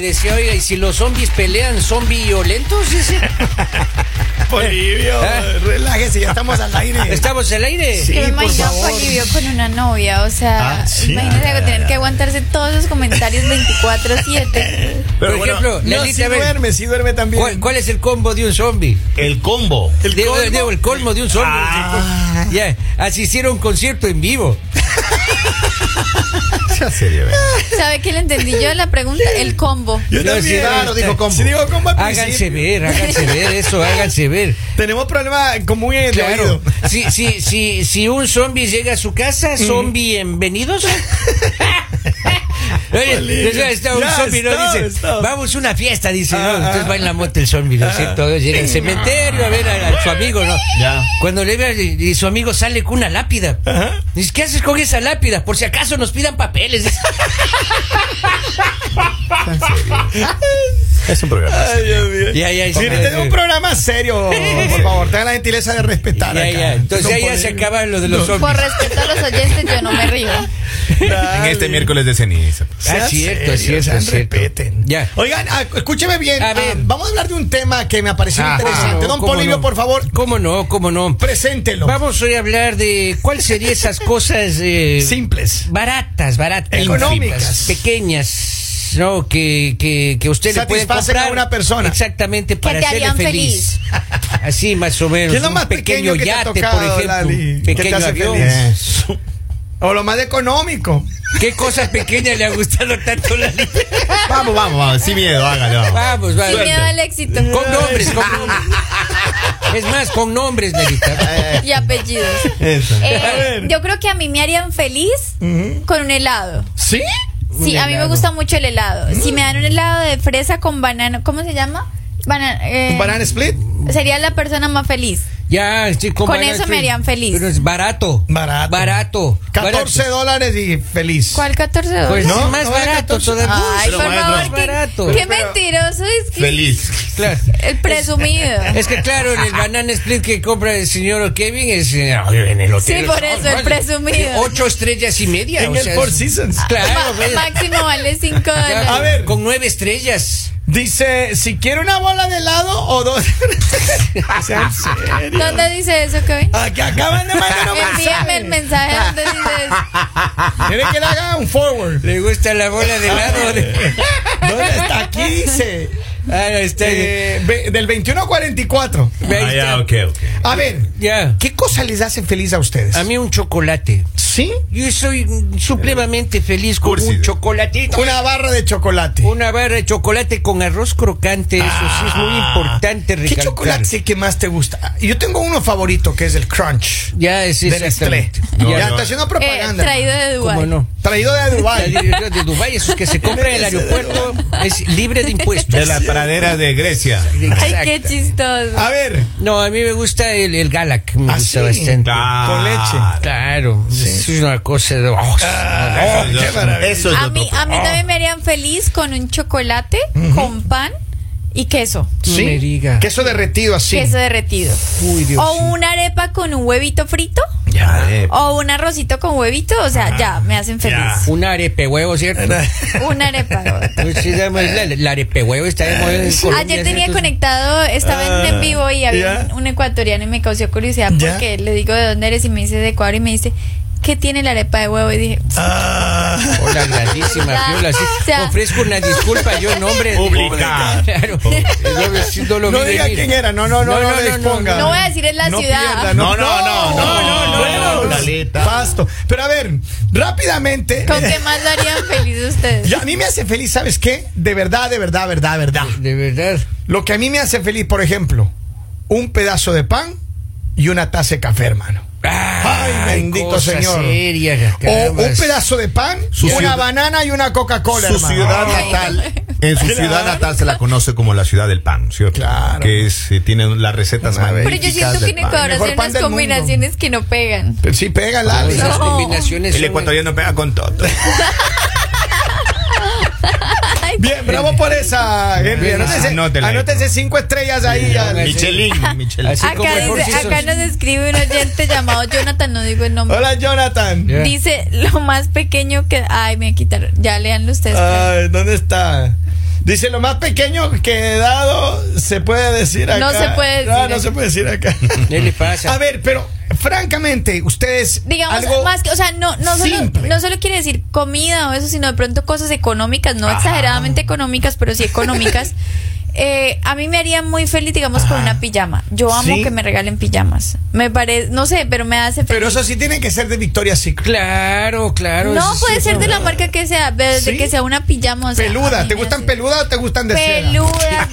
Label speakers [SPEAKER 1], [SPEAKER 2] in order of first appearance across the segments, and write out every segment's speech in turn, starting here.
[SPEAKER 1] decía, oiga, ¿y si los zombies pelean, son violentos? Dice.
[SPEAKER 2] Polivio,
[SPEAKER 1] ¿Eh?
[SPEAKER 2] relájese, ya estamos al aire.
[SPEAKER 1] ¿Estamos en el aire?
[SPEAKER 2] Sí,
[SPEAKER 3] Yo me
[SPEAKER 2] por
[SPEAKER 3] imagino
[SPEAKER 2] favor.
[SPEAKER 3] convivió con una novia, o sea,
[SPEAKER 2] Ah, sí.
[SPEAKER 3] imagínate
[SPEAKER 2] Ah,
[SPEAKER 3] tener
[SPEAKER 2] ya,
[SPEAKER 3] que
[SPEAKER 2] ya.
[SPEAKER 3] aguantarse todos esos comentarios 24-7.
[SPEAKER 1] Por
[SPEAKER 2] bueno,
[SPEAKER 1] ejemplo,
[SPEAKER 2] no,
[SPEAKER 1] Lalita,
[SPEAKER 2] sí
[SPEAKER 1] a ver.
[SPEAKER 2] duerme, sí duerme también.
[SPEAKER 1] ¿Cuál, cuál es el combo de un zombie?
[SPEAKER 4] El combo.
[SPEAKER 2] ¿El
[SPEAKER 1] Digo,
[SPEAKER 2] colmo?
[SPEAKER 1] digo, el colmo de un zombie.
[SPEAKER 2] Ah.
[SPEAKER 1] Ya, asistieron a un concierto en vivo.
[SPEAKER 4] Ya serio, ¿eh?
[SPEAKER 3] ¿Sabe qué le entendí yo a la pregunta? El combo.
[SPEAKER 2] Yo
[SPEAKER 1] Yo sí,
[SPEAKER 2] también.
[SPEAKER 1] claro,
[SPEAKER 4] dijo combo.
[SPEAKER 2] Sí, digo combo al
[SPEAKER 1] Háganse
[SPEAKER 2] principio.
[SPEAKER 1] ver, háganse ver, eso, háganse ver.
[SPEAKER 2] Tenemos problemas muy de
[SPEAKER 1] Claro.
[SPEAKER 2] oído.
[SPEAKER 1] Si, si, si, si un zombie llega a su casa, ¿son bienvenidos? Oye,
[SPEAKER 2] Vale.
[SPEAKER 1] ya está un
[SPEAKER 2] Ya
[SPEAKER 1] zombie, ¿no?
[SPEAKER 2] está,
[SPEAKER 1] Dice,
[SPEAKER 2] está.
[SPEAKER 1] vamos a una fiesta, dice, ¿no?
[SPEAKER 2] Ah,
[SPEAKER 1] Entonces
[SPEAKER 2] ah.
[SPEAKER 1] va en la moto el zombie, ¿no es cierto? Llega al cementerio a ver a, a su amigo, ¿no?
[SPEAKER 4] Ya.
[SPEAKER 1] Cuando le ve a- y su amigo sale con una lápida.
[SPEAKER 2] Ajá.
[SPEAKER 1] Dice, ¿qué haces con esa lápida? Por si acaso nos pidan papeles. Dice,
[SPEAKER 4] Es un programa.
[SPEAKER 2] Ay, Dios mío.
[SPEAKER 1] Ya, ya,
[SPEAKER 2] Sí,
[SPEAKER 1] ya.
[SPEAKER 2] tenemos un programa serio. Por favor, tengan la gentileza de respetar.
[SPEAKER 1] ya,
[SPEAKER 2] acá.
[SPEAKER 1] ya. Entonces ya, ya se acaba lo de los
[SPEAKER 3] Por
[SPEAKER 1] zombies.
[SPEAKER 3] respeto a los oyentes, yo no me río.
[SPEAKER 4] En este miércoles de ceniza.
[SPEAKER 1] Ah,
[SPEAKER 2] es
[SPEAKER 1] cierto, es cierto, es cierto.
[SPEAKER 2] respeten.
[SPEAKER 1] Ya.
[SPEAKER 2] Oigan, ah, escúcheme bien.
[SPEAKER 1] A
[SPEAKER 2] Ah,
[SPEAKER 1] ver.
[SPEAKER 2] vamos a hablar de un tema que me ha parecido
[SPEAKER 4] Ajá.
[SPEAKER 2] interesante. Don
[SPEAKER 1] Ah, ¿Cómo
[SPEAKER 2] Polivio,
[SPEAKER 1] no?
[SPEAKER 2] por favor,
[SPEAKER 1] ¿Cómo no? ¿Cómo no?
[SPEAKER 2] preséntelo.
[SPEAKER 1] Vamos hoy a hablar de cuáles serían esas cosas eh,
[SPEAKER 2] Simples.
[SPEAKER 1] baratas, baratas,
[SPEAKER 2] Económicas.
[SPEAKER 1] pequeñas, no que que, que usted le puede
[SPEAKER 2] Satisfacen a
[SPEAKER 1] comprar
[SPEAKER 2] una persona.
[SPEAKER 1] exactamente para
[SPEAKER 3] te
[SPEAKER 1] hacerle
[SPEAKER 3] harían
[SPEAKER 1] feliz. Así más o menos.
[SPEAKER 2] ¿Qué es lo
[SPEAKER 1] un
[SPEAKER 2] más
[SPEAKER 1] pequeño,
[SPEAKER 2] pequeño que te ha
[SPEAKER 1] yate,
[SPEAKER 2] tocado,
[SPEAKER 1] por ejemplo,
[SPEAKER 2] Lali?
[SPEAKER 1] un
[SPEAKER 2] ¿Qué te
[SPEAKER 1] pequeño
[SPEAKER 2] hace
[SPEAKER 1] avión.
[SPEAKER 2] feliz? Eso. O lo más económico.
[SPEAKER 1] ¿Qué cosas pequeñas le ha gustado tanto la lista?
[SPEAKER 4] Vamos, vamos, vamos. Sin miedo, hágalo.
[SPEAKER 1] Vamos,
[SPEAKER 3] Sin
[SPEAKER 1] vamos.
[SPEAKER 3] miedo al éxito.
[SPEAKER 1] Con nombres, con nombres. Es más, con nombres, Lalita.
[SPEAKER 3] Y apellidos.
[SPEAKER 4] Eso.
[SPEAKER 3] Eh,
[SPEAKER 1] A
[SPEAKER 2] Eh, ver.
[SPEAKER 3] yo creo que a mí me harían feliz con un helado.
[SPEAKER 2] ¿Sí?
[SPEAKER 1] Un
[SPEAKER 3] Sí, a mí me
[SPEAKER 1] helado.
[SPEAKER 3] gusta mucho el helado.
[SPEAKER 2] Mm.
[SPEAKER 3] Si me dan un helado de fresa con banano, ¿cómo se llama? Banana, eh,
[SPEAKER 2] ¿Un banana split?
[SPEAKER 3] Sería la persona más feliz.
[SPEAKER 1] Ya, sí,
[SPEAKER 3] Con
[SPEAKER 1] varias-
[SPEAKER 3] eso me harían feliz.
[SPEAKER 1] Pero es barato.
[SPEAKER 2] Barato.
[SPEAKER 1] Barato.
[SPEAKER 2] 14
[SPEAKER 1] barato.
[SPEAKER 2] dólares y feliz.
[SPEAKER 3] ¿Cuál 14
[SPEAKER 1] Pues
[SPEAKER 3] dólares?
[SPEAKER 1] no,
[SPEAKER 2] No,
[SPEAKER 1] más
[SPEAKER 2] no,
[SPEAKER 1] barato
[SPEAKER 2] 14.
[SPEAKER 1] todavía.
[SPEAKER 3] Ay,
[SPEAKER 4] Pero
[SPEAKER 3] por
[SPEAKER 4] maestro.
[SPEAKER 3] favor, qué,
[SPEAKER 1] Barato.
[SPEAKER 3] qué
[SPEAKER 1] Pero-
[SPEAKER 3] mentiroso es que
[SPEAKER 4] Feliz.
[SPEAKER 1] Claro.
[SPEAKER 3] el presumido.
[SPEAKER 1] Es que claro, en el banana split que compra el señor Kevin es eh, en el hotel.
[SPEAKER 3] Sí, por eso, el
[SPEAKER 1] vale.
[SPEAKER 3] presumido. Ah,
[SPEAKER 1] Ocho estrellas y media.
[SPEAKER 2] En
[SPEAKER 1] o
[SPEAKER 2] el
[SPEAKER 1] sea,
[SPEAKER 2] Four
[SPEAKER 1] es-
[SPEAKER 2] Seasons.
[SPEAKER 1] Claro,
[SPEAKER 3] Ma-
[SPEAKER 1] pues.
[SPEAKER 3] máximo vale 5 dólares.
[SPEAKER 1] Ya,
[SPEAKER 2] A ver.
[SPEAKER 1] Con nueve estrellas.
[SPEAKER 2] Dice, si quiere una bola de helado o dos. O sea, en serio.
[SPEAKER 3] ¿Dónde dice eso, Kevin?
[SPEAKER 2] Aquí acaban de
[SPEAKER 1] Ah,
[SPEAKER 2] mandar un
[SPEAKER 3] Envíame el
[SPEAKER 2] mensaje.
[SPEAKER 3] mensaje donde dice eso. Eh,
[SPEAKER 2] Quiere que le haga un forward.
[SPEAKER 1] Le gusta la bola de helado.
[SPEAKER 2] ¿Dónde está? Aquí dice.
[SPEAKER 1] Ah, está.
[SPEAKER 2] eh, ve- del 21 al 44.
[SPEAKER 1] Ahí
[SPEAKER 4] Ah,
[SPEAKER 1] está.
[SPEAKER 4] ya, ok, ok.
[SPEAKER 2] A ver,
[SPEAKER 1] Ya.
[SPEAKER 2] ¿qué cosas les hacen feliz a ustedes?
[SPEAKER 1] A mí un chocolate.
[SPEAKER 2] ¿Sí?
[SPEAKER 1] Yo soy mm, supremamente feliz con
[SPEAKER 4] Cursi.
[SPEAKER 1] un chocolatito.
[SPEAKER 2] Una barra de chocolate.
[SPEAKER 1] Una barra de chocolate con arroz crocante, eso sí es muy importante
[SPEAKER 2] Ah. ¿Qué
[SPEAKER 1] recalcar.
[SPEAKER 2] chocolate es el que más te gusta? Ah, Yo tengo uno favorito que es el Crunch.
[SPEAKER 1] Ya es
[SPEAKER 2] Del Nestlé.
[SPEAKER 1] exactamente.
[SPEAKER 4] No,
[SPEAKER 2] ya
[SPEAKER 4] no.
[SPEAKER 2] está haciendo
[SPEAKER 3] Eh,
[SPEAKER 2] propaganda.
[SPEAKER 3] traído de Dubái.
[SPEAKER 1] ¿Cómo no?
[SPEAKER 2] Traído de
[SPEAKER 1] La
[SPEAKER 2] Dubái.
[SPEAKER 1] librería de Dubái, esos que se compran en el aeropuerto, es libre de
[SPEAKER 4] De
[SPEAKER 1] impuestos.
[SPEAKER 4] la pradera de Grecia.
[SPEAKER 3] Ay,
[SPEAKER 1] Exacto. Ah,
[SPEAKER 3] qué chistoso.
[SPEAKER 2] A ver,
[SPEAKER 1] No, a mí me gusta el, el Galak, me
[SPEAKER 2] ¿Ah,
[SPEAKER 1] gusta
[SPEAKER 2] sí?
[SPEAKER 1] bastante.
[SPEAKER 2] Con leche.
[SPEAKER 1] Claro, eso es una cosa de... oh,
[SPEAKER 2] Oh,
[SPEAKER 4] Ah, eso
[SPEAKER 2] qué
[SPEAKER 4] es-
[SPEAKER 2] maravilla.
[SPEAKER 4] Eso es
[SPEAKER 3] A
[SPEAKER 4] lo
[SPEAKER 3] mí,
[SPEAKER 4] propio.
[SPEAKER 3] a mí
[SPEAKER 1] Ah.
[SPEAKER 3] también me harían feliz con un chocolate, con pan y queso.
[SPEAKER 1] no
[SPEAKER 2] oh, ¿sí?
[SPEAKER 1] me diga.
[SPEAKER 2] Queso derretido así.
[SPEAKER 3] Queso derretido.
[SPEAKER 1] Uy, Dios
[SPEAKER 3] o
[SPEAKER 1] sí.
[SPEAKER 3] una arepa con un huevito frito.
[SPEAKER 4] Ya, eh.
[SPEAKER 3] O un arrocito con huevito. O
[SPEAKER 1] Ah,
[SPEAKER 3] sea, ya, me hacen feliz.
[SPEAKER 4] Ya.
[SPEAKER 1] Una arepe huevo, ¿cierto?
[SPEAKER 3] Una arepa.
[SPEAKER 1] Pues sí, damos la, la arepe huevo está de moda en Colombia,
[SPEAKER 3] Ayer Ah, tenía
[SPEAKER 1] ¿cierto?
[SPEAKER 3] conectado, estaba en- en vivo y había
[SPEAKER 2] Ah, ya.
[SPEAKER 3] un, un ecuatoriano y me causó curiosidad
[SPEAKER 2] Ya.
[SPEAKER 3] porque le digo de dónde eres y me dice de Ecuador y me dice, ¿qué tiene la arepa de huevo? Y dije,
[SPEAKER 2] Ah.
[SPEAKER 1] Hola, grandísima
[SPEAKER 3] Ya.
[SPEAKER 1] Fiola. sí.
[SPEAKER 3] O sea-
[SPEAKER 1] Ofrezco una disculpa yo en nombre de-
[SPEAKER 4] Pública.
[SPEAKER 1] Claro. Yo sí no lo
[SPEAKER 2] No
[SPEAKER 1] vi
[SPEAKER 2] diga
[SPEAKER 1] venir.
[SPEAKER 2] quién era, no, no, no, no, le exponga.
[SPEAKER 3] no voy a decir en la
[SPEAKER 2] No
[SPEAKER 3] ciudad.
[SPEAKER 2] pierda,
[SPEAKER 4] No, no, no, no, no, no,
[SPEAKER 2] Bueno, pues,
[SPEAKER 4] Lalita.
[SPEAKER 2] Pasto. Pero a ver, rápidamente.
[SPEAKER 3] ¿Con qué más lo harían feliz ustedes?
[SPEAKER 2] Yo- a mí me hace feliz, ¿sabes qué? De verdad, de verdad, verdad, verdad.
[SPEAKER 1] De verdad.
[SPEAKER 2] Lo que a mí me hace feliz, por ejemplo, un pedazo de pan y una taza de café, hermano.
[SPEAKER 4] Ah,
[SPEAKER 2] Ay, bendito
[SPEAKER 1] cosa
[SPEAKER 2] señor.
[SPEAKER 1] seria,
[SPEAKER 2] O
[SPEAKER 1] carambas.
[SPEAKER 2] un pedazo de pan,
[SPEAKER 4] Su
[SPEAKER 2] una
[SPEAKER 4] ciudad-
[SPEAKER 2] banana y una Coca-Cola,
[SPEAKER 4] Su
[SPEAKER 2] hermano.
[SPEAKER 4] ciudad
[SPEAKER 2] Ay.
[SPEAKER 4] natal. En su ciudad natal se la conoce como la ciudad del pan, ¿cierto?
[SPEAKER 2] Claro.
[SPEAKER 4] Que es, eh, tiene las recetas
[SPEAKER 2] Una
[SPEAKER 4] magníficas
[SPEAKER 3] Pero yo siento que
[SPEAKER 4] del
[SPEAKER 3] en
[SPEAKER 4] pan.
[SPEAKER 3] Ecuador
[SPEAKER 2] mejor
[SPEAKER 3] hacen
[SPEAKER 2] pan
[SPEAKER 3] unas
[SPEAKER 2] del mundo.
[SPEAKER 3] combinaciones que no pegan.
[SPEAKER 2] Pero sí, pega, Lali.
[SPEAKER 1] Esas
[SPEAKER 3] No.
[SPEAKER 1] combinaciones
[SPEAKER 4] El
[SPEAKER 1] son-
[SPEAKER 4] ecuatoriano pega con todo.
[SPEAKER 2] Bien, bravo por esa, Henry. Anótese,
[SPEAKER 4] Anótela.
[SPEAKER 2] anótese cinco estrellas ahí. ya.
[SPEAKER 1] Póngase.
[SPEAKER 4] Michelin, Michelin.
[SPEAKER 1] Así como
[SPEAKER 3] Acá,
[SPEAKER 1] mejor
[SPEAKER 3] dice-
[SPEAKER 1] sí son-
[SPEAKER 3] acá nos escribe un oyente llamado Jonathan, no digo el nombre.
[SPEAKER 2] Hola, Jonathan.
[SPEAKER 1] Ya.
[SPEAKER 2] Ah,
[SPEAKER 3] Dice lo más pequeño que. Ay, me quitaron. Ya leanlo ustedes.
[SPEAKER 2] Ay, ¿dónde está? Dice, lo más pequeño que he dado se puede decir acá.
[SPEAKER 3] No se puede
[SPEAKER 2] No,
[SPEAKER 3] decir
[SPEAKER 2] no
[SPEAKER 3] acá.
[SPEAKER 2] se puede decir acá.
[SPEAKER 1] ¿Qué le pasa?
[SPEAKER 2] A ver, pero francamente, ustedes.
[SPEAKER 3] Digamos,
[SPEAKER 2] algo
[SPEAKER 3] más que, o sea, no, no, solo,
[SPEAKER 2] simple.
[SPEAKER 3] no solo quiere decir comida o eso, sino de pronto cosas económicas,
[SPEAKER 2] Ah.
[SPEAKER 3] no exageradamente económicas, pero sí económicas. Eh, a mí me haría muy feliz, digamos, con una pijama. Yo amo
[SPEAKER 2] Ah. Sí.
[SPEAKER 3] que me regalen pijamas. Me parece, no sé, pero me hace feliz.
[SPEAKER 2] Pero eso sí tiene que ser de Victoria Secret.
[SPEAKER 1] Claro, claro.
[SPEAKER 3] no
[SPEAKER 1] eso
[SPEAKER 3] puede
[SPEAKER 1] sí,
[SPEAKER 3] ser de
[SPEAKER 1] no.
[SPEAKER 3] la marca que sea, de
[SPEAKER 2] Sí.
[SPEAKER 3] que sea una pijama. o sea, a
[SPEAKER 2] Peluda,
[SPEAKER 3] mí
[SPEAKER 2] ¿te
[SPEAKER 3] me
[SPEAKER 2] gustan
[SPEAKER 3] hace-
[SPEAKER 2] peluda o te gustan de seda?
[SPEAKER 3] Peludas,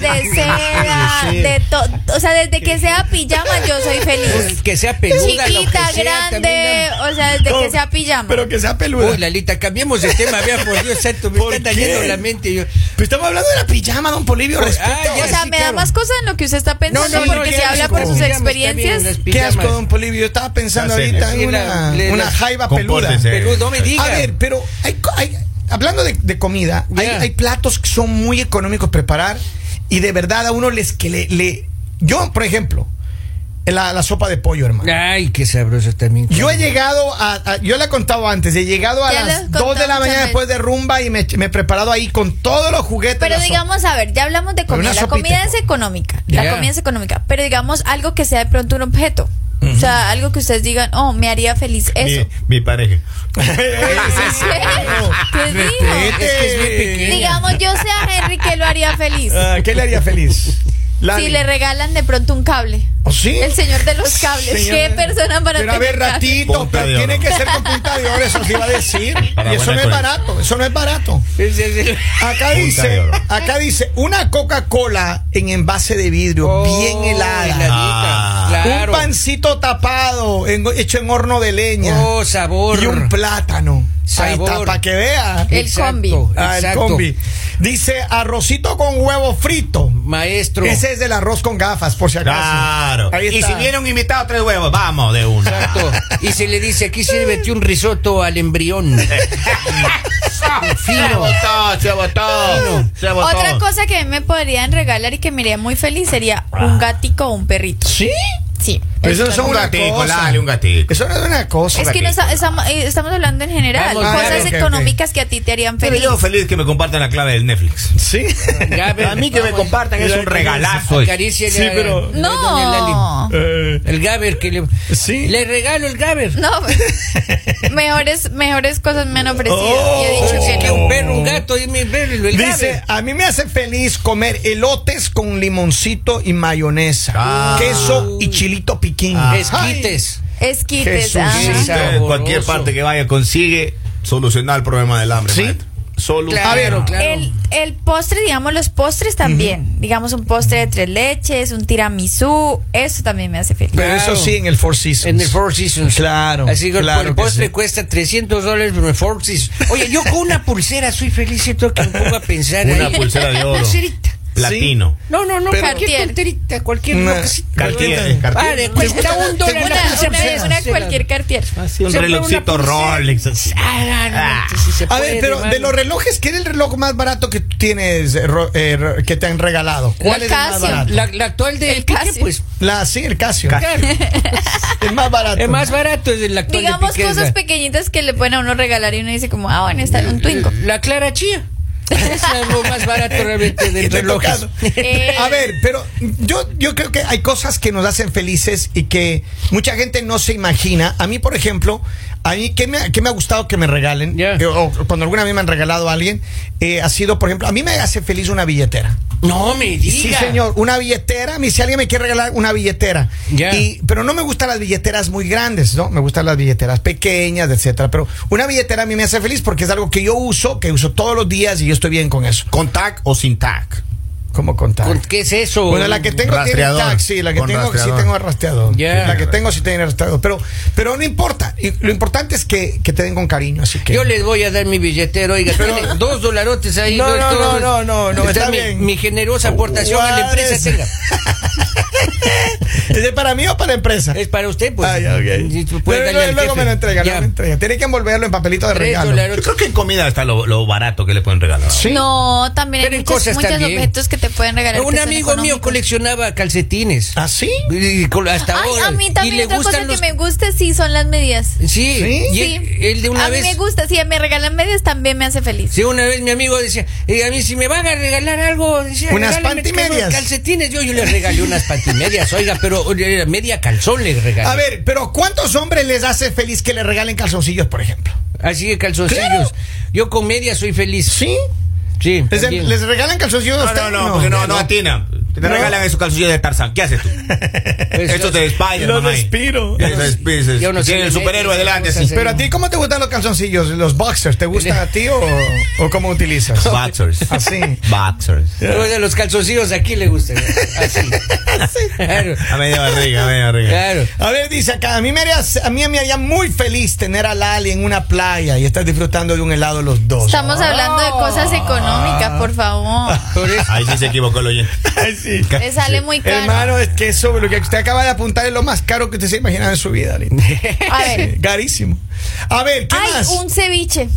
[SPEAKER 3] de seda,
[SPEAKER 2] Sí.
[SPEAKER 3] de todo. O sea, desde que sea pijama, yo soy feliz.
[SPEAKER 1] Pues, Que sea
[SPEAKER 2] Pues,
[SPEAKER 1] peluda, lo que
[SPEAKER 3] Chiquita,
[SPEAKER 1] sea,
[SPEAKER 3] grande,
[SPEAKER 1] también da-
[SPEAKER 3] o sea, desde
[SPEAKER 2] No,
[SPEAKER 3] que sea pijama.
[SPEAKER 2] Pero que sea peluda.
[SPEAKER 1] Uy, Lalita, cambiemos de tema, vea, por Dios santo, me
[SPEAKER 2] ¿Por
[SPEAKER 1] está dañando
[SPEAKER 2] qué?
[SPEAKER 1] la mente. Yo,
[SPEAKER 2] Pero estamos hablando de la pijama, don Polivio.
[SPEAKER 1] Por-
[SPEAKER 2] respeto.
[SPEAKER 1] ah, ya,
[SPEAKER 3] O sea,
[SPEAKER 1] sí,
[SPEAKER 3] me da
[SPEAKER 1] claro.
[SPEAKER 3] más cosa en lo que usted está pensando,
[SPEAKER 2] no, no,
[SPEAKER 3] porque
[SPEAKER 2] qué
[SPEAKER 3] si habla por
[SPEAKER 2] asco.
[SPEAKER 3] sus
[SPEAKER 1] Digamos, está bien,
[SPEAKER 3] experiencias.
[SPEAKER 1] las
[SPEAKER 2] Qué asco,
[SPEAKER 1] pijamas.
[SPEAKER 2] don Polivio. Yo estaba pensando
[SPEAKER 4] Ya sé,
[SPEAKER 2] ahorita
[SPEAKER 1] sí,
[SPEAKER 2] en
[SPEAKER 1] la-
[SPEAKER 2] una,
[SPEAKER 1] le-
[SPEAKER 2] una
[SPEAKER 1] la-
[SPEAKER 2] jaiba peluda.
[SPEAKER 4] Compórtese.
[SPEAKER 1] Peludo, no me diga.
[SPEAKER 2] A ver, pero hay, co- hay- hablando de, de comida, hay,
[SPEAKER 1] Ya.
[SPEAKER 2] hay platos que son muy económicos preparar y de verdad a uno les que le, le- yo, por ejemplo, la, la sopa de pollo, hermano.
[SPEAKER 1] Ay, qué sabroso también.
[SPEAKER 2] Yo he llegado a, a- yo la he contado antes, he llegado a
[SPEAKER 3] Ya lo
[SPEAKER 2] las 2
[SPEAKER 3] has
[SPEAKER 2] de la
[SPEAKER 3] contado muchas
[SPEAKER 2] mañana
[SPEAKER 3] veces.
[SPEAKER 2] después de rumba y me, me he preparado ahí con todos los juguetes.
[SPEAKER 3] Pero
[SPEAKER 2] la sopa.
[SPEAKER 3] digamos, a ver, ya hablamos de
[SPEAKER 2] Pero una
[SPEAKER 3] comida. La
[SPEAKER 2] sopita,
[SPEAKER 3] comida
[SPEAKER 2] por
[SPEAKER 3] es económica.
[SPEAKER 1] Ya.
[SPEAKER 3] La comida es económica. Pero digamos algo que sea de pronto un objeto. O sea, algo que ustedes digan, oh, me haría feliz eso.
[SPEAKER 4] Mi, mi pareja.
[SPEAKER 3] ¿Qué dijo?
[SPEAKER 1] Es que es bien
[SPEAKER 2] Respete.
[SPEAKER 1] pequeña.
[SPEAKER 3] Digamos, yo sea Henry, que lo haría feliz.
[SPEAKER 2] Ah, ¿Qué le haría feliz? Lali.
[SPEAKER 3] Si le regalan de pronto un cable.
[SPEAKER 2] ¿Oh, sí?
[SPEAKER 3] El señor de los cables.
[SPEAKER 2] Señor
[SPEAKER 3] ¿Qué
[SPEAKER 2] de-
[SPEAKER 3] persona para
[SPEAKER 2] Pero a ver,
[SPEAKER 3] tener cable?
[SPEAKER 2] ratito,
[SPEAKER 4] Punta
[SPEAKER 2] pero
[SPEAKER 4] de oro.
[SPEAKER 2] tiene que ser con punta de oro, eso sí iba a decir.
[SPEAKER 4] Para
[SPEAKER 2] Y eso no
[SPEAKER 4] buena
[SPEAKER 2] es
[SPEAKER 4] conexión.
[SPEAKER 2] barato, eso no es barato.
[SPEAKER 1] Es- es- es-
[SPEAKER 2] Acá
[SPEAKER 4] de
[SPEAKER 2] dice,
[SPEAKER 4] oro.
[SPEAKER 2] acá dice, una Coca-Cola en envase de vidrio,
[SPEAKER 1] Oh,
[SPEAKER 2] bien helada.
[SPEAKER 1] heladita,
[SPEAKER 4] Ah.
[SPEAKER 1] claro.
[SPEAKER 2] Un pancito tapado, en- hecho en horno de leña.
[SPEAKER 1] Oh, sabor.
[SPEAKER 2] y un plátano. Ahí
[SPEAKER 1] Sabor.
[SPEAKER 2] está, para que vea.
[SPEAKER 3] El combi.
[SPEAKER 2] Ah, el
[SPEAKER 1] exacto.
[SPEAKER 2] combi. Dice arrocito con huevo frito.
[SPEAKER 1] Maestro.
[SPEAKER 2] Ese es del arroz con gafas, por si acaso.
[SPEAKER 4] Claro.
[SPEAKER 2] Ahí
[SPEAKER 4] Y
[SPEAKER 2] está.
[SPEAKER 4] si viene un invitado, tres huevos. Vamos de una.
[SPEAKER 1] Exacto. Y se le dice, aquí sírvete un risotto al embrión.
[SPEAKER 4] Se
[SPEAKER 1] Fino.
[SPEAKER 4] votó, se votó. Se votó.
[SPEAKER 3] Otra cosa que me podrían regalar y que me haría muy feliz sería un gatico o un perrito.
[SPEAKER 2] Ah. ¿Sí?
[SPEAKER 3] Sí.
[SPEAKER 2] Pero eso no
[SPEAKER 4] Un
[SPEAKER 2] es una
[SPEAKER 4] gatico,
[SPEAKER 2] cosa.
[SPEAKER 4] dale, un gatico.
[SPEAKER 2] Eso no es una cosa.
[SPEAKER 3] Es que no sa- estamos, eh, estamos hablando en general,
[SPEAKER 1] Vamos,
[SPEAKER 3] cosas
[SPEAKER 2] vamos, ok, ok.
[SPEAKER 3] económicas que a ti te harían
[SPEAKER 4] Pero
[SPEAKER 3] feliz.
[SPEAKER 4] yo feliz que me compartan la clave del Netflix.
[SPEAKER 2] Sí.
[SPEAKER 1] Ya, ve,
[SPEAKER 4] A mí que me
[SPEAKER 1] vamos.
[SPEAKER 4] compartan es un regalazo.
[SPEAKER 1] Acaricia
[SPEAKER 2] Sí,
[SPEAKER 1] ya-
[SPEAKER 2] pero-
[SPEAKER 1] ya, doña Lali.
[SPEAKER 3] No,
[SPEAKER 2] Eh,
[SPEAKER 1] El Gaber que le.
[SPEAKER 2] Sí.
[SPEAKER 1] Le regalo el Gaber.
[SPEAKER 3] no, mejores, mejores cosas me han ofrecido
[SPEAKER 2] Oh.
[SPEAKER 3] y he dicho que
[SPEAKER 1] Que
[SPEAKER 3] no.
[SPEAKER 1] un perro, un gato, y mi el
[SPEAKER 2] Dice,
[SPEAKER 1] Gaber.
[SPEAKER 2] a mí me hace feliz comer elotes con limoncito y mayonesa,
[SPEAKER 4] Ah.
[SPEAKER 2] queso y chilito piquín.
[SPEAKER 4] Ah.
[SPEAKER 1] Esquites.
[SPEAKER 3] Esquites, ah.
[SPEAKER 2] Jesús,
[SPEAKER 3] ajá.
[SPEAKER 1] sí,
[SPEAKER 4] Usted, en
[SPEAKER 1] Sabroso.
[SPEAKER 4] cualquier parte que vaya consigue solucionar el problema del hambre.
[SPEAKER 2] ¿Sí?
[SPEAKER 4] maestro. Ah, Solucionar.
[SPEAKER 1] Claro,
[SPEAKER 2] ver,
[SPEAKER 1] claro.
[SPEAKER 3] El, el postre, digamos, los postres también. Digamos, un postre de tres leches, un tiramisú, eso también me hace feliz.
[SPEAKER 2] Pero
[SPEAKER 1] Claro.
[SPEAKER 2] eso sí, en el Four Seasons.
[SPEAKER 1] En el Four Seasons.
[SPEAKER 2] Claro,
[SPEAKER 1] Así que el-
[SPEAKER 2] claro
[SPEAKER 1] el
[SPEAKER 2] que
[SPEAKER 1] postre
[SPEAKER 2] sí.
[SPEAKER 1] cuesta 300 dólares, pero el Four Seasons. Oye, yo con una pulsera soy feliz, ¿cierto? Que me pongo a pensar
[SPEAKER 4] Una
[SPEAKER 1] ahí.
[SPEAKER 4] pulsera de oro.
[SPEAKER 1] Pulserita.
[SPEAKER 4] Platino.
[SPEAKER 1] No, no, no,
[SPEAKER 2] Pero-
[SPEAKER 1] cualquier
[SPEAKER 3] Cartier.
[SPEAKER 1] tonterita, cualquier
[SPEAKER 2] Una-
[SPEAKER 1] loquecita.
[SPEAKER 4] Cartier,
[SPEAKER 1] Vale,
[SPEAKER 4] Cartier.
[SPEAKER 1] cuesta
[SPEAKER 2] gusta-
[SPEAKER 1] un
[SPEAKER 2] te
[SPEAKER 1] dólar
[SPEAKER 3] Una,
[SPEAKER 1] la
[SPEAKER 3] una,
[SPEAKER 1] pulsera.
[SPEAKER 3] una cualquier cartier.
[SPEAKER 4] Así un
[SPEAKER 1] Se pone una
[SPEAKER 4] relojcito
[SPEAKER 1] pulsera.
[SPEAKER 4] Rolex. así.
[SPEAKER 1] Ah, no,
[SPEAKER 4] Ah.
[SPEAKER 1] entonces se
[SPEAKER 2] A
[SPEAKER 1] puede,
[SPEAKER 2] ver, pero
[SPEAKER 1] hermano.
[SPEAKER 2] de los relojes, ¿qué es el reloj más barato que tú tienes, eh, ro- eh, ro- que te han regalado? ¿Cuál es el más
[SPEAKER 3] Casio.
[SPEAKER 2] barato?
[SPEAKER 1] La, la actual de
[SPEAKER 3] El
[SPEAKER 1] Piqué,
[SPEAKER 3] Casio.
[SPEAKER 1] pues.
[SPEAKER 2] La, sí, el Casio.
[SPEAKER 1] claro,
[SPEAKER 2] El más barato.
[SPEAKER 1] es más barato es el actual
[SPEAKER 3] Digamos
[SPEAKER 1] de Piqué.
[SPEAKER 3] cosas pequeñitas que le pueden a uno regalar y uno dice como, ah, bueno, está un twingo.
[SPEAKER 1] La clara chía. Es lo más barato realmente
[SPEAKER 2] Que
[SPEAKER 1] del
[SPEAKER 2] te he
[SPEAKER 1] reloj.
[SPEAKER 2] tocado.
[SPEAKER 3] Eh.
[SPEAKER 2] A ver, pero yo, yo creo que hay cosas que nos hacen felices y que mucha gente no se imagina. A mí, por ejemplo, a mí, ¿qué me, qué me ha gustado que me regalen?
[SPEAKER 1] Ya.
[SPEAKER 2] Eh, O, cuando alguna vez me han regalado a alguien, eh, ha sido, por ejemplo, a mí me hace feliz una billetera.
[SPEAKER 1] No me
[SPEAKER 2] Sí,
[SPEAKER 1] digas.
[SPEAKER 2] señor, una billetera. Me dice alguien me quiere regalar una billetera.
[SPEAKER 1] Ya.
[SPEAKER 2] Y, pero no me gustan las billeteras muy grandes, ¿no? Me gustan las billeteras pequeñas, etcétera. Pero una billetera a mí me hace feliz porque es algo que yo uso, que uso todos los días y yo estoy bien con eso.
[SPEAKER 4] ¿Con tac o sin tac?
[SPEAKER 2] ¿Cómo contar?
[SPEAKER 1] ¿Con ¿Qué es eso?
[SPEAKER 2] Bueno, la que tengo tiene
[SPEAKER 4] Rastreador.
[SPEAKER 2] tag, sí, la que
[SPEAKER 4] Con
[SPEAKER 2] tengo
[SPEAKER 4] rastreador.
[SPEAKER 2] sí tengo rastreador.
[SPEAKER 1] Ya.
[SPEAKER 2] La que tengo sí tiene rastreador. Pero, pero no importa. Y Lo importante es que, que te den con cariño, así que.
[SPEAKER 1] Yo les voy a dar mi billetero, oiga, tiene dos dolarotes ahí.
[SPEAKER 2] No,
[SPEAKER 1] dos-
[SPEAKER 2] no,
[SPEAKER 1] todos-
[SPEAKER 2] no, no, no, no,
[SPEAKER 1] Está
[SPEAKER 2] está
[SPEAKER 1] mi,
[SPEAKER 2] bien.
[SPEAKER 1] mi generosa aportación a la
[SPEAKER 2] Juárez.
[SPEAKER 1] empresa, tenga.
[SPEAKER 2] ¿Es de para mí o para la empresa?
[SPEAKER 1] Es para usted, pues.
[SPEAKER 2] Ah, ya, ok.
[SPEAKER 1] Y tú puedes
[SPEAKER 2] Pero
[SPEAKER 1] darle al
[SPEAKER 2] luego
[SPEAKER 1] jefe.
[SPEAKER 2] me lo
[SPEAKER 1] Ya.
[SPEAKER 2] entrega, luego me lo entrega. Tiene que envolverlo en papelito de
[SPEAKER 1] Tres
[SPEAKER 2] regalo.
[SPEAKER 1] dolarotes.
[SPEAKER 4] Yo creo que en comida está lo, lo barato que le pueden regalar.
[SPEAKER 2] Sí.
[SPEAKER 3] No, también
[SPEAKER 1] Pero
[SPEAKER 3] hay
[SPEAKER 1] en
[SPEAKER 3] muchos,
[SPEAKER 1] cosas
[SPEAKER 3] muchos
[SPEAKER 1] también.
[SPEAKER 3] objetos que te pueden regalar. que
[SPEAKER 1] Un
[SPEAKER 3] son
[SPEAKER 1] amigo mío
[SPEAKER 3] económicos.
[SPEAKER 1] coleccionaba calcetines.
[SPEAKER 2] ¿Ah, sí?
[SPEAKER 1] Y col- Hasta
[SPEAKER 3] Ay,
[SPEAKER 1] ahora.
[SPEAKER 3] a mí
[SPEAKER 1] Y
[SPEAKER 3] también
[SPEAKER 1] le
[SPEAKER 3] otra cosa
[SPEAKER 1] gustan
[SPEAKER 3] que
[SPEAKER 1] los.
[SPEAKER 3] me gusta sí son las medias.
[SPEAKER 1] Sí,
[SPEAKER 2] ¿Sí?
[SPEAKER 1] y
[SPEAKER 3] Sí.
[SPEAKER 1] el, el de una
[SPEAKER 3] a
[SPEAKER 1] vez.
[SPEAKER 3] mí me gusta, si me regalan medias también me hace feliz.
[SPEAKER 1] Sí, una vez mi amigo decía, eh, a mí si me van a regalar algo, decía,
[SPEAKER 2] Unas
[SPEAKER 1] regálame
[SPEAKER 2] pantimedias.
[SPEAKER 1] unos calcetines. Yo, yo le regalé unas pantimedias, oiga, pero eh, media calzón le regalé.
[SPEAKER 2] A ver, pero ¿cuántos hombres les hace feliz que le regalen calzoncillos, por ejemplo?
[SPEAKER 1] Así que calzoncillos.
[SPEAKER 2] Claro.
[SPEAKER 1] Yo con media soy feliz.
[SPEAKER 2] ¿Sí?
[SPEAKER 1] Sí.
[SPEAKER 2] ¿Les,
[SPEAKER 1] también.
[SPEAKER 2] les regalan calzoncillos a
[SPEAKER 4] No, no,
[SPEAKER 2] ustedes?
[SPEAKER 4] no, porque no, no
[SPEAKER 2] ya
[SPEAKER 4] atina. Te
[SPEAKER 2] No.
[SPEAKER 4] regalan esos calzoncillos de Tarzán. ¿Qué haces tú?
[SPEAKER 1] Pues,
[SPEAKER 4] Esto te despide.
[SPEAKER 2] Lo despiro.
[SPEAKER 4] Tiene
[SPEAKER 1] Yo no sé
[SPEAKER 4] el
[SPEAKER 1] de
[SPEAKER 4] superhéroe
[SPEAKER 1] medias, vamos
[SPEAKER 4] adelante
[SPEAKER 1] a
[SPEAKER 4] así.
[SPEAKER 1] hacer-
[SPEAKER 2] Pero a ti, ¿cómo te gustan los calzoncillos? ¿Los boxers? ¿Te gustan a ti o, o cómo utilizas?
[SPEAKER 4] Boxers.
[SPEAKER 2] Así.
[SPEAKER 4] Boxers.
[SPEAKER 1] Oiga, los calzoncillos aquí le gustan. Así. Claro.
[SPEAKER 4] A media barriga, a media barriga.
[SPEAKER 1] Claro.
[SPEAKER 2] A ver, dice acá, a mí, me haría, a mí me haría muy feliz tener a Lali en una playa y estar disfrutando de un helado los dos.
[SPEAKER 1] Oh.
[SPEAKER 3] Estamos hablando de cosas económicas, por favor.
[SPEAKER 1] Por eso.
[SPEAKER 4] Ahí sí se equivocó el oyente.
[SPEAKER 2] Ay, sí.
[SPEAKER 3] Me sale muy caro.
[SPEAKER 2] Hermano, es que eso, lo que usted acaba de apuntar es lo más caro que usted se imagina en su vida. Lali.
[SPEAKER 3] A ver.
[SPEAKER 2] Carísimo. A ver, ¿qué
[SPEAKER 3] Hay
[SPEAKER 2] más?
[SPEAKER 3] un ceviche.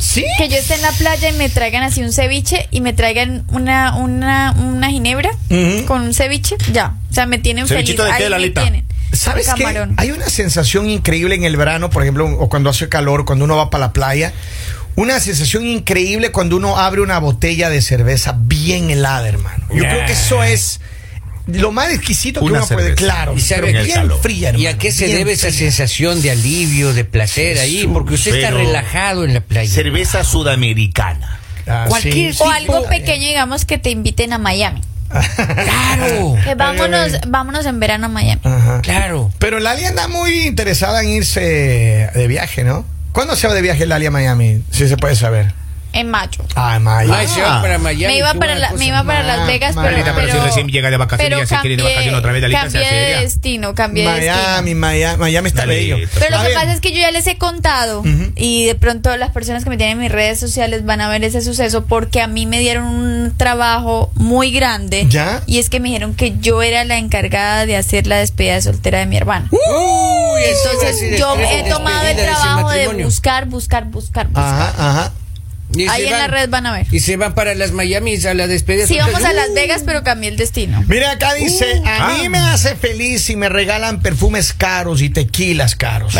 [SPEAKER 2] ¿Sí?
[SPEAKER 3] Que yo esté en la playa y me traigan así un ceviche y me traigan una, una, una ginebra
[SPEAKER 2] Ujú.
[SPEAKER 3] con un ceviche, ya. O sea, me tienen
[SPEAKER 4] ¿Cevichito
[SPEAKER 3] feliz.
[SPEAKER 4] de qué,
[SPEAKER 3] Ahí me
[SPEAKER 4] Lalita?
[SPEAKER 3] tienen.
[SPEAKER 2] ¿Sabes qué?
[SPEAKER 3] Camarón.
[SPEAKER 2] Hay una sensación increíble en el verano, por ejemplo, o cuando hace calor, cuando uno va para la playa. Una sensación increíble cuando uno abre una botella de cerveza bien helada, hermano. Yo
[SPEAKER 1] Yeah.
[SPEAKER 2] creo que eso es lo más exquisito que
[SPEAKER 4] Una
[SPEAKER 2] uno puede.
[SPEAKER 4] cerveza.
[SPEAKER 2] Claro,
[SPEAKER 1] Y sabe
[SPEAKER 2] pero
[SPEAKER 1] que el
[SPEAKER 2] bien
[SPEAKER 4] calor.
[SPEAKER 2] fría, hermano.
[SPEAKER 1] ¿Y a qué se
[SPEAKER 2] bien
[SPEAKER 1] debe esa
[SPEAKER 2] fría.
[SPEAKER 1] sensación de alivio, de placer ahí?
[SPEAKER 4] Jesús,
[SPEAKER 1] Porque usted está
[SPEAKER 4] pero-
[SPEAKER 1] relajado en la playa.
[SPEAKER 4] Cerveza sudamericana.
[SPEAKER 2] Ah,
[SPEAKER 1] Cualquier
[SPEAKER 2] sí.
[SPEAKER 3] O algo
[SPEAKER 1] tipo-
[SPEAKER 3] pequeño, digamos, que te inviten a Miami.
[SPEAKER 1] Claro,
[SPEAKER 3] Que vámonos, vámonos en verano a Miami.
[SPEAKER 2] Ajá.
[SPEAKER 1] claro.
[SPEAKER 2] Pero Lali anda muy interesada en irse de viaje, ¿no? ¿Cuándo se va de viaje Lali a Miami? Si se puede saber.
[SPEAKER 3] En mayo.
[SPEAKER 2] Ah, Maya.
[SPEAKER 1] Ay, se va para Miami.
[SPEAKER 3] me iba
[SPEAKER 1] qué
[SPEAKER 3] para,
[SPEAKER 1] buena
[SPEAKER 3] la-
[SPEAKER 1] cosa.
[SPEAKER 3] me iba para
[SPEAKER 2] Ma-
[SPEAKER 3] Las Vegas, pero,
[SPEAKER 2] Marita,
[SPEAKER 4] Ah, pero si recién llega de vacaciones,
[SPEAKER 3] pero
[SPEAKER 4] ya se quiere ir de
[SPEAKER 3] cambié-
[SPEAKER 4] vacaciones otra vez, Lalita,
[SPEAKER 3] cambié
[SPEAKER 4] se hace
[SPEAKER 3] de
[SPEAKER 4] seria.
[SPEAKER 3] destino, cambié de destino.
[SPEAKER 2] Miami, Miami, Miami está
[SPEAKER 4] Dale.
[SPEAKER 2] bello.
[SPEAKER 3] Pero
[SPEAKER 2] A
[SPEAKER 3] lo que
[SPEAKER 2] ver,
[SPEAKER 3] pasa es que yo ya les he contado
[SPEAKER 2] Ujú.
[SPEAKER 3] y de pronto las personas que me tienen en mis redes sociales van a ver ese suceso porque a mí me dieron un trabajo muy grande
[SPEAKER 2] ¿Ya?
[SPEAKER 3] y es que me dijeron que yo era la encargada de hacer la despedida de soltera de mi hermana.
[SPEAKER 1] Uy, eso va a ser
[SPEAKER 3] Entonces yo
[SPEAKER 1] estrés
[SPEAKER 3] he
[SPEAKER 1] de
[SPEAKER 3] tomado
[SPEAKER 1] despedida
[SPEAKER 3] el
[SPEAKER 1] de ese
[SPEAKER 3] trabajo de
[SPEAKER 1] matrimonio.
[SPEAKER 3] buscar, buscar, buscar, buscar.
[SPEAKER 2] Ajá, ajá.
[SPEAKER 1] Y se
[SPEAKER 3] Ahí en la
[SPEAKER 1] van-
[SPEAKER 3] red van a ver.
[SPEAKER 1] Y se van para las Miamis a la despedida.
[SPEAKER 3] Sí, vamos a
[SPEAKER 1] Entonces,
[SPEAKER 3] Las Vegas, pero cambié el destino.
[SPEAKER 2] Mira, acá
[SPEAKER 3] Uh.
[SPEAKER 2] dice, a
[SPEAKER 4] ah.
[SPEAKER 2] mí me hace feliz si me regalan perfumes caros y tequilas caros.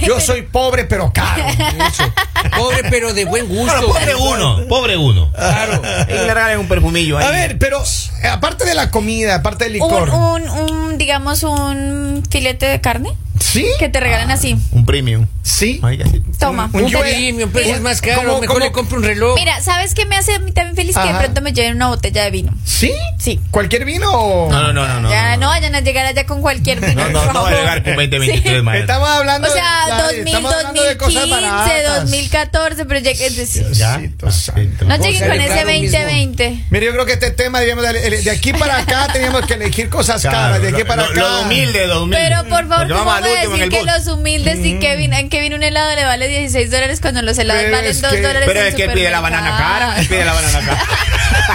[SPEAKER 2] Yo soy pobre pero caro.
[SPEAKER 1] uh, Pobre, pero de buen gusto.
[SPEAKER 4] Bueno, pobre uno, pobre uno.
[SPEAKER 1] Claro.
[SPEAKER 4] Y le regalan un perfumillo ahí.
[SPEAKER 2] A ver, pero eh, aparte de la comida, aparte del licor.
[SPEAKER 3] Un, un, un, digamos, un filete de carne
[SPEAKER 2] ¿Sí?
[SPEAKER 3] que te regalan así.
[SPEAKER 4] Un premium.
[SPEAKER 2] ¿Sí?
[SPEAKER 4] Ay, así.
[SPEAKER 3] Toma.
[SPEAKER 1] Un
[SPEAKER 2] Un
[SPEAKER 3] te-
[SPEAKER 2] yue-
[SPEAKER 1] premium, pues es más caro.
[SPEAKER 2] ¿Cómo-
[SPEAKER 1] Mejor
[SPEAKER 2] cómo?
[SPEAKER 1] le compro un reloj.
[SPEAKER 3] Mira, ¿sabes qué me hace a mí también feliz? Que de
[SPEAKER 2] Ajá.
[SPEAKER 3] pronto me lleven una botella de vino.
[SPEAKER 2] ¿Sí?
[SPEAKER 3] Sí.
[SPEAKER 2] ¿Cualquier vino o...?
[SPEAKER 4] No, no, no, no. No,
[SPEAKER 3] ya no, vayan a llegar allá con cualquier vino.
[SPEAKER 4] no, no, no,
[SPEAKER 3] por
[SPEAKER 4] no va a
[SPEAKER 3] favor.
[SPEAKER 4] llegar con 20, 23 más.
[SPEAKER 2] Estamos hablando
[SPEAKER 3] O sea,
[SPEAKER 2] de,
[SPEAKER 3] 2000,
[SPEAKER 2] estamos hablando de cosas
[SPEAKER 3] 2015,
[SPEAKER 2] baratas.
[SPEAKER 3] 2014, pero llegué. es decir,
[SPEAKER 4] Ya. Ah,
[SPEAKER 2] Diosito santo.
[SPEAKER 3] No
[SPEAKER 4] Vos
[SPEAKER 3] lleguen
[SPEAKER 1] eres
[SPEAKER 3] con ese
[SPEAKER 1] claro mismo.
[SPEAKER 3] 2020.
[SPEAKER 2] Mira, yo creo que este tema, digamos, de, de aquí para acá teníamos que elegir cosas caras,
[SPEAKER 4] Claro,
[SPEAKER 2] de aquí para
[SPEAKER 4] lo,
[SPEAKER 2] acá.
[SPEAKER 4] lo humilde, lo humilde.
[SPEAKER 3] Pero por favor,
[SPEAKER 4] Porque
[SPEAKER 3] ¿cómo vas
[SPEAKER 4] vamos al
[SPEAKER 3] a
[SPEAKER 4] último en
[SPEAKER 3] decir
[SPEAKER 4] el
[SPEAKER 3] que
[SPEAKER 4] bus.
[SPEAKER 3] los humildes y que vin- en que viene un helado le vale 16 dólares cuando los helados
[SPEAKER 2] Pero
[SPEAKER 3] valen
[SPEAKER 2] es
[SPEAKER 3] 2
[SPEAKER 2] que-
[SPEAKER 3] dólares?
[SPEAKER 4] Pero
[SPEAKER 3] en
[SPEAKER 4] es que pide la banana
[SPEAKER 3] supermercado?
[SPEAKER 4] cara. Pide la banana cara.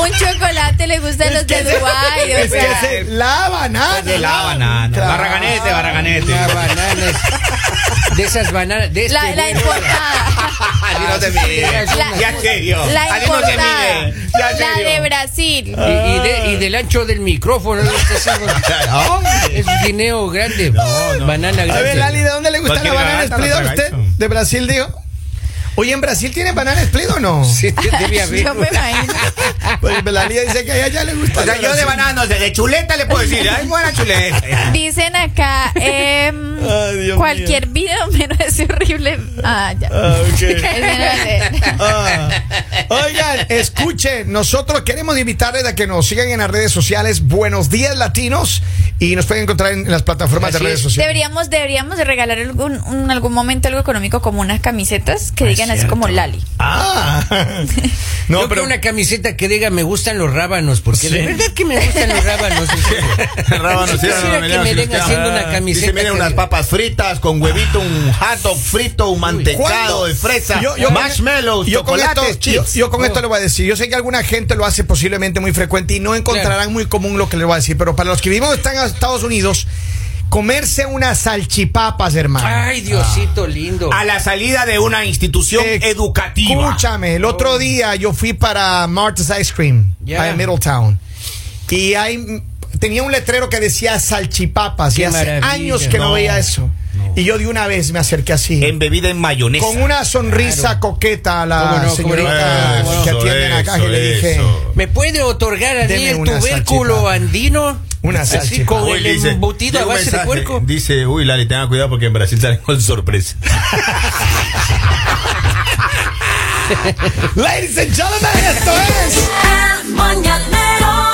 [SPEAKER 3] Un chocolate le gusta a los de Uruguay. O
[SPEAKER 2] Es que
[SPEAKER 3] sea,
[SPEAKER 2] se- la banana.
[SPEAKER 4] Pues De la banana.
[SPEAKER 2] Claro.
[SPEAKER 4] Barraganete, barraganete.
[SPEAKER 1] Una banana es- De esas bananas. De este
[SPEAKER 3] la, la
[SPEAKER 1] vuelo.
[SPEAKER 3] importada.
[SPEAKER 4] Así no te mide.
[SPEAKER 3] La-
[SPEAKER 4] Ya serio.
[SPEAKER 3] La
[SPEAKER 4] Así no te
[SPEAKER 3] importada.
[SPEAKER 4] mide. Ya
[SPEAKER 3] La
[SPEAKER 4] serio.
[SPEAKER 3] de Brasil.
[SPEAKER 1] Y, y de- y del ancho del micrófono. ¿no? Estás haciendo-
[SPEAKER 4] Hombre.
[SPEAKER 1] Es un guineo grande. Banana grande.
[SPEAKER 2] A ver, Lali, ¿de dónde le gusta la
[SPEAKER 4] Cualquier
[SPEAKER 2] banana
[SPEAKER 4] garganta
[SPEAKER 2] split a
[SPEAKER 4] la
[SPEAKER 2] usted?
[SPEAKER 4] tragaste.
[SPEAKER 2] ¿De Brasil, digo? Oye, ¿en Brasil tiene banana split o no?
[SPEAKER 1] Sí, debía haber.
[SPEAKER 3] Yo me imagino.
[SPEAKER 2] Pues la Lali dice que a ella ya le gusta.
[SPEAKER 4] O sea,
[SPEAKER 2] la
[SPEAKER 4] yo de
[SPEAKER 2] Brasil.
[SPEAKER 4] banana, no sé, de chuleta le puedo decir. Ay, buena chuleta.
[SPEAKER 3] Dicen acá, em,
[SPEAKER 2] Ay, Dios
[SPEAKER 3] cualquier video menos ese horrible. Ah, ya.
[SPEAKER 2] Ah, ok.
[SPEAKER 3] Ese no era-
[SPEAKER 2] Ah. Oigan, escuchen, nosotros queremos invitarles a que nos sigan en las redes sociales Buenos Días Latinos y nos pueden encontrar en las plataformas
[SPEAKER 1] Así
[SPEAKER 2] de redes
[SPEAKER 1] es.
[SPEAKER 2] sociales.
[SPEAKER 3] Deberíamos, deberíamos de regalar algún, un- algún momento algo económico como unas camisetas que digan así como Lali.
[SPEAKER 2] Ah,
[SPEAKER 1] No,
[SPEAKER 2] no,
[SPEAKER 1] pero
[SPEAKER 2] pero
[SPEAKER 1] una camiseta que diga me gustan los rábanos, porque de
[SPEAKER 2] Sí.
[SPEAKER 1] verdad que me gustan los rábanos. en serio.
[SPEAKER 4] Rábanos, sí,
[SPEAKER 1] Quisiera
[SPEAKER 4] no, no,
[SPEAKER 1] que
[SPEAKER 4] no,
[SPEAKER 1] me
[SPEAKER 4] si
[SPEAKER 1] den
[SPEAKER 4] usted-
[SPEAKER 1] haciendo una
[SPEAKER 4] Ah.
[SPEAKER 1] camiseta.
[SPEAKER 4] Dice, miren,
[SPEAKER 1] que
[SPEAKER 4] unas
[SPEAKER 1] diga-
[SPEAKER 4] papas fritas con huevito, un hot dog frito, un mantecado
[SPEAKER 2] ¿Cuándo?
[SPEAKER 4] de fresa,
[SPEAKER 2] Yo- yo con-
[SPEAKER 4] marshmallows,
[SPEAKER 2] yo con
[SPEAKER 4] chocolates,
[SPEAKER 2] esto, yo,
[SPEAKER 4] chips.
[SPEAKER 2] yo con esto le voy a decir, yo sé que alguna gente lo hace posiblemente muy frecuente y no encontrarán
[SPEAKER 1] Claro.
[SPEAKER 2] muy común lo que le voy a decir, pero para los que vivimos están en Estados Unidos, comerse unas salchipapas, hermano.
[SPEAKER 1] Ay, Diosito lindo.
[SPEAKER 5] A la salida de una institución
[SPEAKER 2] Eh,
[SPEAKER 5] educativa.
[SPEAKER 2] Escúchame, el otro día yo fui para Martha's Ice Cream,
[SPEAKER 1] Ya.
[SPEAKER 2] allá en Middletown. Y ahí tenía un letrero que decía salchipapas.
[SPEAKER 1] Qué
[SPEAKER 2] y hace
[SPEAKER 1] maravilla.
[SPEAKER 2] años que no,
[SPEAKER 1] No,
[SPEAKER 2] veía eso. Y yo de una vez me acerqué así.
[SPEAKER 5] Embebida en mayonesa.
[SPEAKER 2] con una sonrisa coqueta a
[SPEAKER 1] ¿Cómo
[SPEAKER 2] la
[SPEAKER 1] no? ¿Cómo
[SPEAKER 2] señorita
[SPEAKER 1] no? ¿Cómo no?
[SPEAKER 2] que atienden acá, que le dije.
[SPEAKER 4] eso.
[SPEAKER 1] ¿Me puede otorgar a mí
[SPEAKER 2] Deme
[SPEAKER 1] el
[SPEAKER 2] una
[SPEAKER 1] tubérculo
[SPEAKER 2] salchipapa.
[SPEAKER 1] andino?
[SPEAKER 2] Una
[SPEAKER 1] Así
[SPEAKER 2] salchipapa.
[SPEAKER 1] con
[SPEAKER 4] Hoy
[SPEAKER 1] el
[SPEAKER 4] dice-
[SPEAKER 1] embutido a
[SPEAKER 4] llega un
[SPEAKER 1] base de
[SPEAKER 4] mensaje,
[SPEAKER 1] puerco.
[SPEAKER 4] Dice, uy, Lali, tenga cuidado porque en Brasil salen con sorpresa.
[SPEAKER 2] Ladies and gentlemen, esto es.
[SPEAKER 6] El mañanero